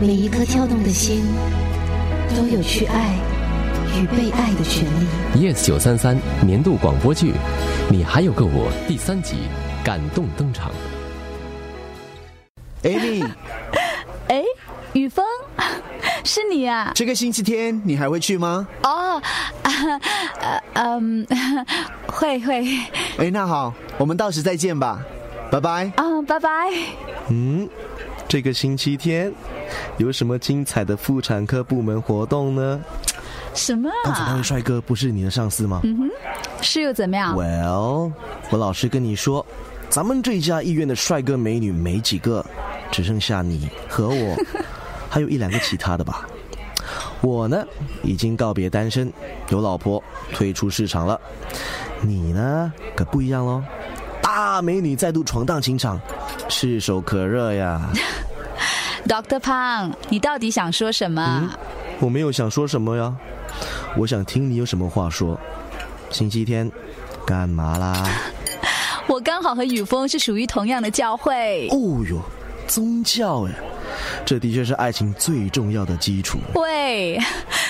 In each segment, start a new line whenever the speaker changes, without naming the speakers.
每一颗跳动的心，都有去爱与被爱的权利。
Yes 九三三年度广播剧《你还有个我》第三集感动登场。
Amy，
哎，雨峰， 是你啊？
这个星期天你还会去吗？
哦， 啊呃嗯， 会会，
哎，那好，我们到时再见吧，拜拜。
嗯，拜拜。
嗯，这个星期天有什么精彩的妇产科部门活动呢？
什么
刚才那
啊
位？帅哥不是你的上司吗、
是又怎么样？
w e l l 我老实跟你说，咱们这家医院的帅哥美女没几个，只剩下你和我，还有一两个其他的吧。我呢，已经告别单身，有老婆，退出市场了。你呢，可不一样喽，大美女再度闯荡情场，炙手可热呀。
Doctor Pang，你到底想说什么？
我没有想说什么呀，我想听你有什么话说。星期天干嘛啦？
我刚好和雨峰是属于同样的教会。
哦哟，宗教哎，这的确是爱情最重要的基础。
喂，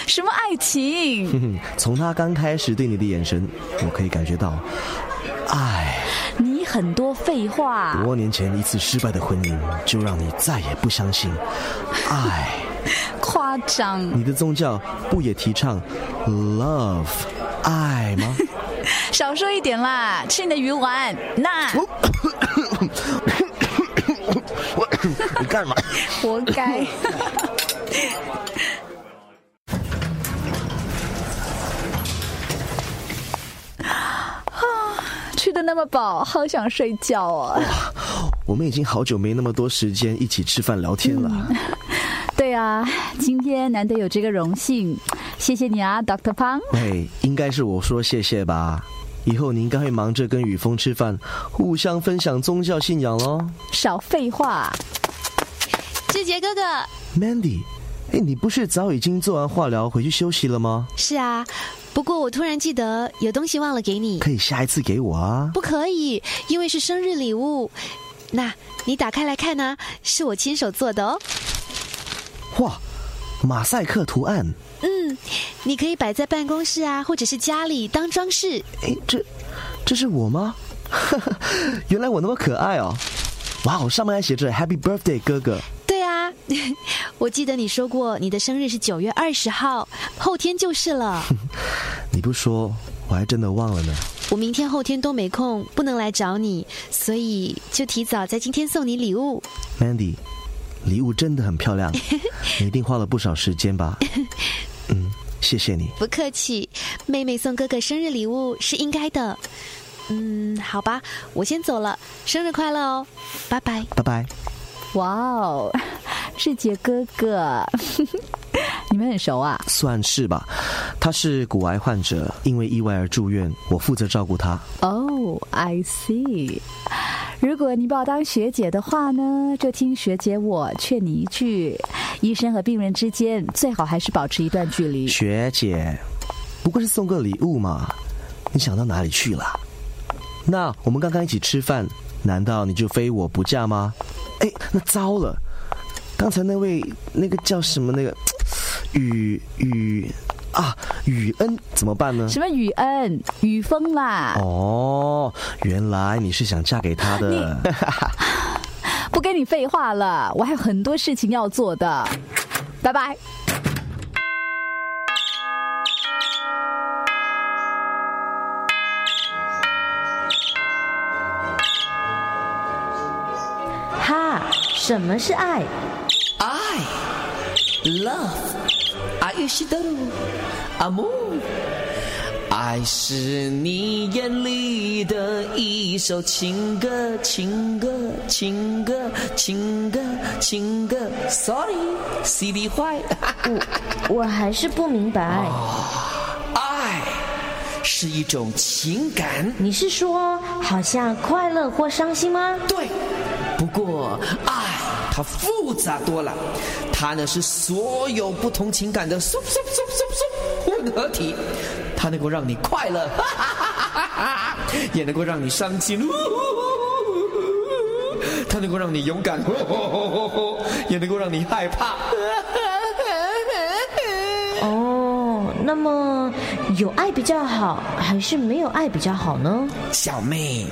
什么爱情？
嗯，从他刚开始对你的眼神，我可以感觉到爱。
你很多废话。
多年前一次失败的婚姻，就让你再也不相信爱。
夸张，
你的宗教不也提倡 love 爱吗？
少说一点啦，吃你的鱼丸。
哦
那
你干嘛？
活该。啊，吃的那么饱，好想睡觉哦。
我们已经好久没那么多时间一起吃饭聊天了。
对啊，今天难得有这个荣幸，谢谢你啊，Dr. 胖。
哎，应该是我说谢谢吧。以后你应该会忙着跟雨峰吃饭，互相分享宗教信仰喽。
少废话，
志杰哥哥，
Mandy，哎，你不是早已经做完化疗回去休息了吗？
是啊，不过我突然记得有东西忘了给你，
可以下一次给我啊。
不可以，因为是生日礼物。那你打开来看呢、是我亲手做的哦。
哇，马赛克图案，
嗯，你可以摆在办公室啊，或者是家里当装饰。
哎，这这是我吗？ 原来我那么可爱哦。哇哦，上面还写着 Happy Birthday 哥哥。
对啊， 我记得你说过你的生日是九月二十号，后天就是了。
你不说，我还真的忘了呢。
我明天、后天都没空，不能来找你，所以就提早在今天送你礼物。
Mandy，礼物真的很漂亮，你一定花了不少时间吧？嗯，谢谢你。
不客气，妹妹送哥哥生日礼物是应该的。嗯，好吧，我先走了，生日快乐哦，拜拜。
拜拜。
哇哦，志杰哥哥， 你们很熟啊？
算是吧，他是骨癌患者，因为意外而住院，我负责照顾他。
哦、i see。如果你把我当学姐的话呢，就听学姐我劝你一句：医生和病人之间最好还是保持一段距离。
学姐，不过是送个礼物嘛，你想到哪里去了？那我们刚刚一起吃饭，难道你就非我不嫁吗？哎，那糟了，刚才那位那个叫什么那个雨雨啊雨恩怎么办呢？
什么雨恩、雨峰啦，
哦，原来你是想嫁给他的。
不跟你废话了，我还有很多事情要做的，拜拜。
哈，什么是爱？
I love，爱是的阿木，爱是你眼里的一首情歌，情歌，情歌，情歌，情歌。Sorry，CD 坏。
我还是不明白。
爱是一种情感，
你是说好像快乐或伤心吗？
对。不过，爱它复杂多了，它呢是所有不同情感的嗖嗖嗖嗖嗖混合体，它能够让你快乐， 哈 哈哈哈哈哈也能够让你伤心，呜呜呜呜呜它能够让你勇敢， 吼吼吼吼吼也能够让你害怕。
哦，那么有爱比较好，还是没有爱比较好呢？
小妹，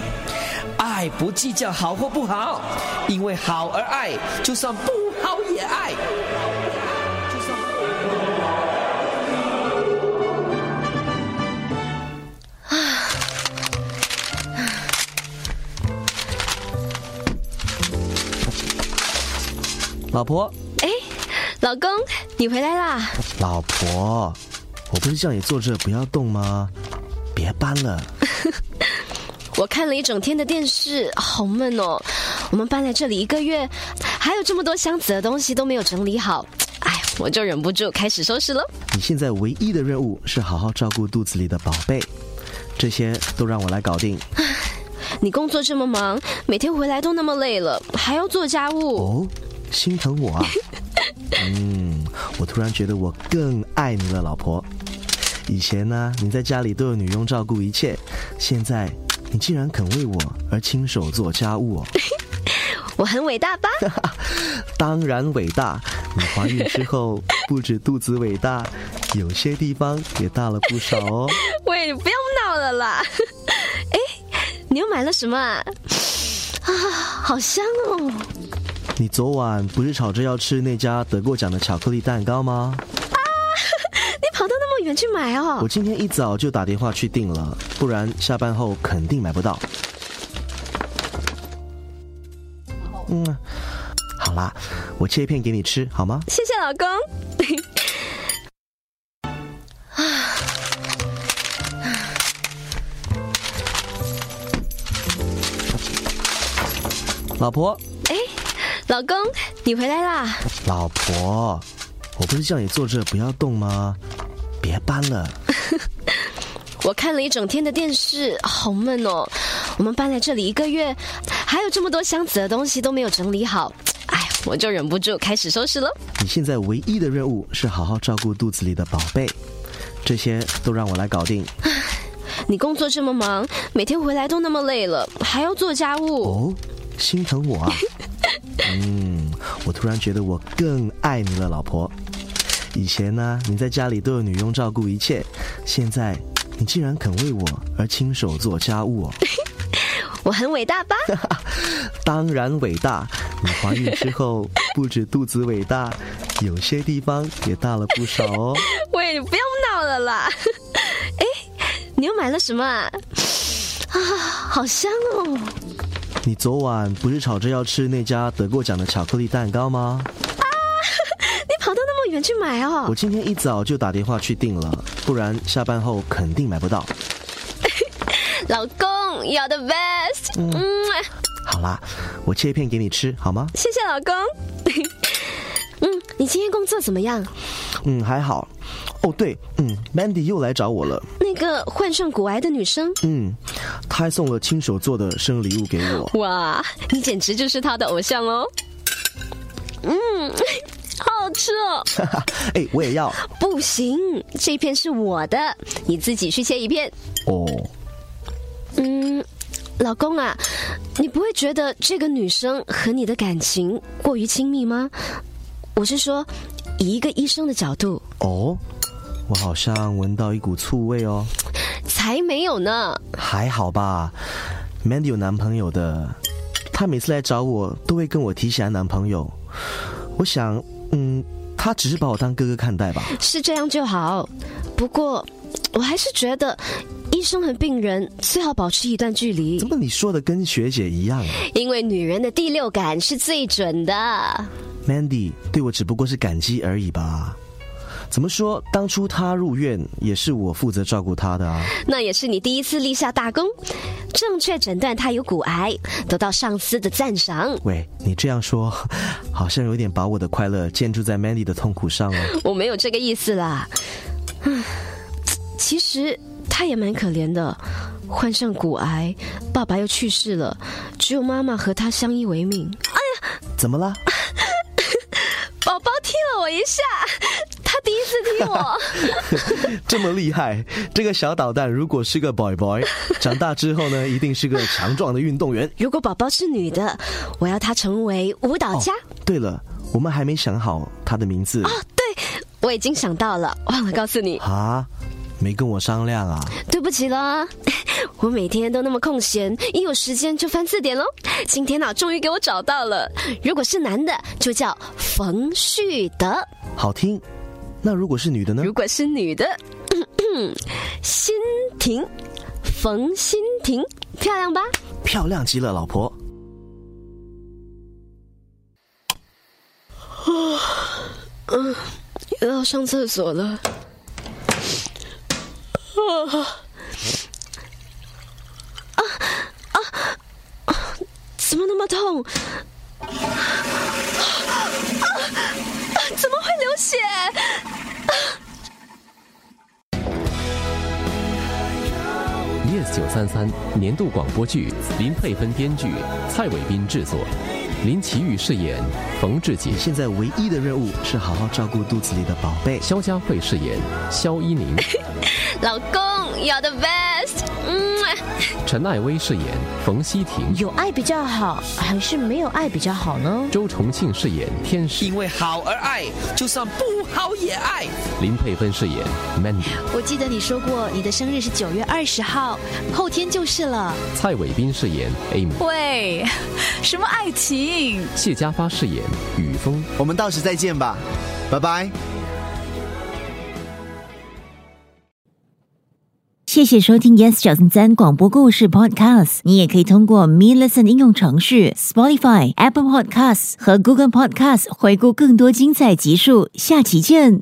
爱不计较好或不好，因为好而爱，就算不好也爱。
老婆，
哎，老公，你回来啦！
老婆，我不是叫你坐这不要动吗？别搬了，
我看了一整天的电视，好闷哦。我们搬来这里一个月，还有这么多箱子的东西都没有整理好，哎，我就忍不住开始收拾了。
你现在唯一的任务是好好照顾肚子里的宝贝，这些都让我来搞定。
你工作这么忙，每天回来都那么累了，还要做家务。
哦，心疼我啊？嗯，我突然觉得我更爱你了，老婆。以前呢，你在家里都有女佣照顾一切，现在你竟然肯为我而亲手做家务哦。
我很伟大吧？
当然伟大，你怀孕之后不止肚子伟大，有些地方也大了不少哦。
喂，你不要闹了啦！ 哎，你又买了什么啊？啊，好香哦！
你昨晚不是吵着要吃那家得过奖的巧克力蛋糕吗？
你跑到那么远去买哦
我？今天一早就打电话去订了，不然下班后肯定买不到。嗯，好啦，我切片给你吃好吗？
谢谢老公。
老婆，
老公，你回来啦！
老婆，我不是叫你坐这不要动吗？别搬了，
我看了一整天的电视，好闷哦。我们搬来这里一个月，还有这么多箱子的东西都没有整理好，哎，我就忍不住开始收拾了。
你现在唯一的任务是好好照顾肚子里的宝贝，这些都让我来搞定。
你工作这么忙，每天回来都那么累了，还要做家务。
哦，心疼我啊？嗯，我突然觉得我更爱你了，老婆。以前呢，你在家里都有女佣照顾一切，现在你竟然肯为我而亲手做家务哦，
我很伟大吧？
当然伟大。你怀孕之后不止肚子伟大，有些地方也大了不少哦。
喂，你不要闹了啦！ 哎，你又买了什么啊？啊，好香哦！
你昨晚不是吵着要吃那家得过奖的巧克力蛋糕吗？
你跑到那么远去买哦
我？今天一早就打电话去订了，不然下班后肯定买不到。
老公，you're the best！嗯，
好啦，我切片给你吃好吗？
谢谢老公。 嗯，你今天工作怎么样？
嗯，还好。哦，对，嗯，Mandy 又来找我了。
那个患上骨癌的女生，
嗯，她还送了亲手做的生日礼物给我。
哇，你简直就是她的偶像哦。嗯， 好好吃哦。
哈哈，哎，我也要。
不行，这片是我的，你自己去切一片。
哦，
嗯，老公啊，你不会觉得这个女生和你的感情过于亲密吗？我是说，以一个医生的角度，
哦，我好像闻到一股醋味哦。
才没有呢。
还好吧，Mandy 有男朋友的，她每次来找我都会跟我提起她男朋友。我想，嗯，她只是把我当哥哥看待吧。
是这样就好。不过，我还是觉得医生和病人最好保持一段距离
怎，么你说的跟学姐一样啊
因为女人的第六感是最准的。
Mandy 对我只不过是感激而已吧。怎么说？当初她入院也是我负责照顾她的啊。
那也是你第一次立下大功，正确诊断她有骨癌，得到上司的赞赏。
喂，你这样说， 好像有点把我的快乐建筑在 Mandy 的痛苦上哦。
我没有这个意思啦。唉其实她也蛮可怜的，患上骨癌，爸爸又去世了，只有妈妈和她相依为命。
怎么啦？
宝宝踢了我一下，太他第一次踢 我，
这么厉害，这个小捣蛋如果是个 boy boy，长大之后呢，一定是个强壮的运动员。
如果宝宝是女的，我要她成为舞蹈家。
对了，我们还没想好他的名字
对，我已经想到了，忘了告诉你，
啊，没跟我商量啊。
对不起啦。 我每天都那么空闲，一有时间就翻字典喽。今天呢、终于给我找到了。如果是男的，就叫冯旭德；
好听，那如果是女的呢
如？果是女的， 欣婷，冯欣婷，漂亮吧？
漂亮极了，老婆。
又要上厕所了。啊啊啊怎么那么痛？啊啊！怎么会流血？
Yes 九三三年度广播剧，林佩芬编剧，蔡伟斌制作，林奇玉饰演冯志杰
你，现在唯一的任务是好好照顾肚子里的宝贝。
肖佳慧饰演肖一宁，
老公，you're the best。嗯，
陈艾薇饰演冯希婷，
有爱比较好，还是没有爱比较好呢？
周重庆饰演天使，
因为好而爱，就算不好也爱。
林佩芬饰演 Mandy，
我记得你说过你的生日是九月二十号，后天就是了。
蔡伟斌饰演 Amy，
喂，什么爱情？
谢家发饰演雨峰。
我们到时再见吧，拜拜。
谢谢收听 Yes 小三三广播故事 Podcast。你也可以通过 Me Listen 应用程序、Spotify、Apple Podcasts 和 Google Podcasts 回顾更多精彩集数。下期见。